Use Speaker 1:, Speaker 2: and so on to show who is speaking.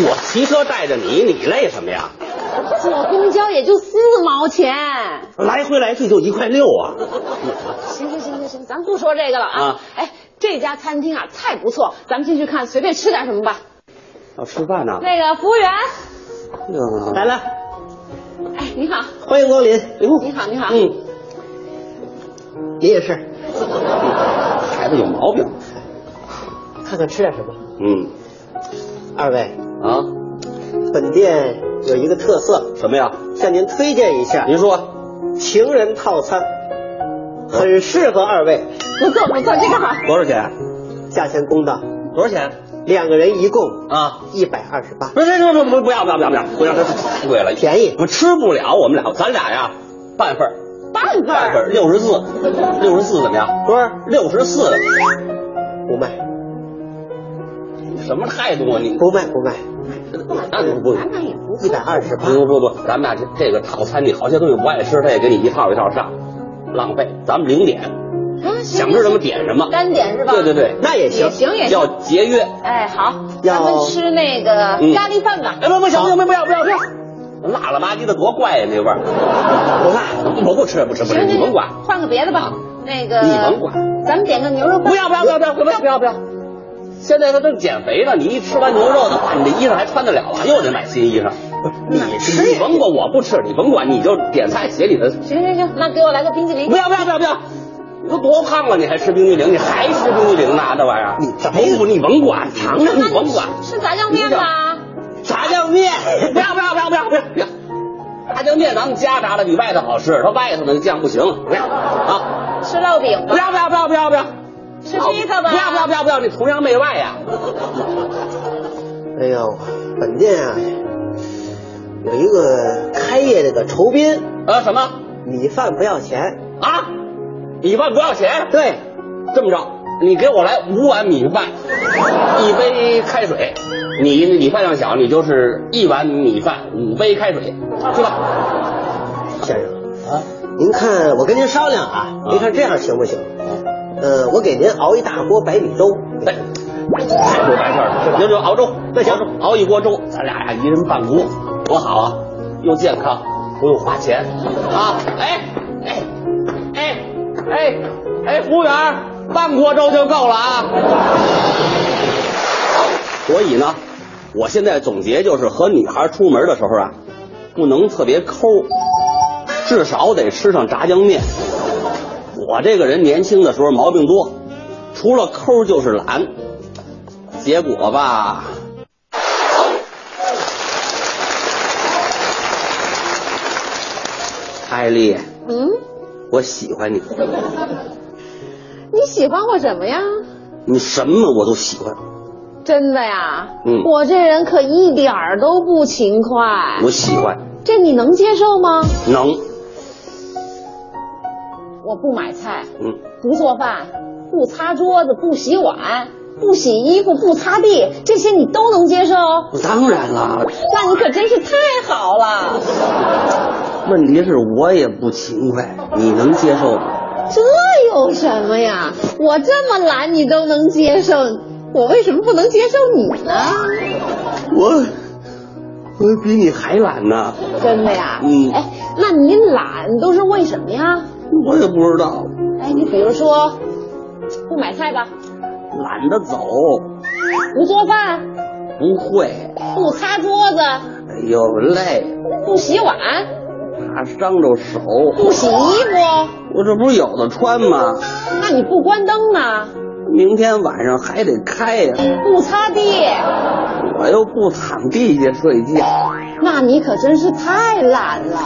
Speaker 1: 我骑车带着你，你累什么呀？
Speaker 2: 坐公交也就四毛钱。
Speaker 1: 来回来去就一块六啊！
Speaker 2: 行行行行行，咱不说这个了啊
Speaker 1: 啊。
Speaker 2: 哎，这家餐厅啊菜不错，咱们进去看，随便吃点什么吧。
Speaker 1: 要吃饭呢、
Speaker 2: 那个服务员，
Speaker 1: 嗯来来，
Speaker 2: 哎，你好，
Speaker 1: 欢迎光临。哎呦
Speaker 2: 你好你好
Speaker 1: 嗯，您也是。孩子有毛病。
Speaker 3: 看看吃点什么。
Speaker 1: 嗯
Speaker 3: 二位，
Speaker 1: 啊，
Speaker 3: 本店有一个特色，
Speaker 1: 什么呀？
Speaker 3: 向您推荐一下
Speaker 1: 您说，
Speaker 3: 情人套餐，很适合二位，
Speaker 2: 不错不错，这个好。
Speaker 1: 多少钱？
Speaker 3: 价钱公道，
Speaker 1: 多少钱？
Speaker 3: 两个人一共
Speaker 1: 啊，
Speaker 3: 一百二十八，
Speaker 1: 不是，不不不，不要不要不要不要，不要，这太贵了，
Speaker 3: 便宜
Speaker 1: 我吃不了，我们俩，咱俩呀，半份儿，
Speaker 2: 半份
Speaker 1: 半份
Speaker 2: 儿
Speaker 1: 儿，六十四，六十四怎么样？
Speaker 3: 不是
Speaker 1: 六十四，
Speaker 3: 不卖，
Speaker 1: 什么态度啊你？
Speaker 3: 不卖不卖，
Speaker 1: 那不不
Speaker 2: 咱俩也不
Speaker 3: 一百二十八，
Speaker 1: 不不不，咱们俩这这个套餐，你好些东西不爱吃，他也给你一套一套上，浪费。咱们零点，
Speaker 2: 啊，
Speaker 1: 想吃什么点什么，
Speaker 2: 单点是吧？
Speaker 1: 对对对，
Speaker 3: 那也
Speaker 2: 也
Speaker 3: 行。
Speaker 2: 行也
Speaker 1: 要
Speaker 2: 行。
Speaker 1: 节约。
Speaker 2: 哎，好，咱
Speaker 3: 要
Speaker 2: 们吃那个
Speaker 1: 嗯
Speaker 2: 咖喱饭吧。
Speaker 1: 哎，不不行不行，不要不要不要，辣了吧唧的多怪呀那味儿，不辣，我不吃不吃不吃，你甭管，
Speaker 2: 换个别的吧。那个
Speaker 1: 你甭管，
Speaker 2: 咱们点个牛肉饭。
Speaker 1: 不要不要不要不要不要不要不要。现在他都减肥了，你一吃完牛肉的话，你这衣裳还穿得了啊？又得买新衣裳。 你吃，你甭管，我不吃，你甭管，你就点菜写你的
Speaker 2: 行行行，那给我来个冰淇淋
Speaker 1: 不。要不要不要不要！你都多胖了，你还吃冰激凌？你还吃冰激凌呢？这玩意儿，你不你甭管，尝尝你甭管。
Speaker 2: 吃炸酱面吧。
Speaker 1: 炸酱面，不要不要不要不要不要！不要炸酱面咱们家炸的比外头好吃，它外头那酱不行。不要啊！
Speaker 2: 吃烙饼
Speaker 1: 不
Speaker 2: 吧。
Speaker 1: 要不要不要不要不要！
Speaker 2: 吃披萨吧。
Speaker 1: 不要不要不要不要！你崇洋媚外呀！
Speaker 3: 哎呦，本店啊有一个开业这个酬宾，
Speaker 1: 啊什么
Speaker 3: 米饭不要钱，
Speaker 1: 啊？米饭不要钱？
Speaker 3: 对，
Speaker 1: 这么着，你给我来五碗米饭，一杯开水。你你饭量小，你就是一碗米饭，五杯开水，是吧？
Speaker 3: 先生，
Speaker 1: 啊，
Speaker 3: 您看我跟您商量啊，您看这样行不行？呃，我给您熬一大锅白米粥，
Speaker 1: 对，太不办事儿了。您就熬粥，那行，熬一锅粥，咱俩呀一人半锅，多好啊，又健康，不用花钱啊。哎哎哎哎哎，服务员，半锅粥就够了啊。所以呢，我现在总结就是，和女孩出门的时候啊，不能特别抠，至少得吃上炸酱面。我这个人年轻的时候毛病多，除了抠就是懒，结果吧，艾丽，
Speaker 2: 嗯，
Speaker 1: 我喜欢你，
Speaker 2: 你喜欢我什么呀？
Speaker 1: 你什么我都喜欢，
Speaker 2: 真的呀？
Speaker 1: 嗯
Speaker 2: 我这人可一点儿都不勤快。
Speaker 1: 我喜欢，
Speaker 2: 这你能接受吗？
Speaker 1: 能，
Speaker 2: 我不买菜，
Speaker 1: 嗯，
Speaker 2: 不做饭，不擦桌子，不洗碗，不洗衣服，不擦地，这些你都能接受？
Speaker 1: 当然啦，
Speaker 2: 那你可真是太好了，
Speaker 1: 问题是我也不勤快，你能接受吗？
Speaker 2: 这有什么呀？我这么懒你都能接受，我为什么不能接受你呢？
Speaker 1: 我，我比你还懒呢，
Speaker 2: 真的呀？
Speaker 1: 嗯
Speaker 2: 哎，那你懒都是为什么呀？
Speaker 1: 我也不知道，
Speaker 2: 哎，你比如说，不买菜吧，
Speaker 1: 懒得走，
Speaker 2: 不做饭，
Speaker 1: 不会，
Speaker 2: 不擦桌子，
Speaker 1: 哎呦累，
Speaker 2: 不洗碗，
Speaker 1: 怕伤着手，
Speaker 2: 不洗衣服，
Speaker 1: 我这不是有的穿吗？
Speaker 2: 那你不关灯呢？
Speaker 1: 明天晚上还得开呀、
Speaker 2: 不擦地，
Speaker 1: 我又不躺地下睡觉，
Speaker 2: 那你可真是太懒了。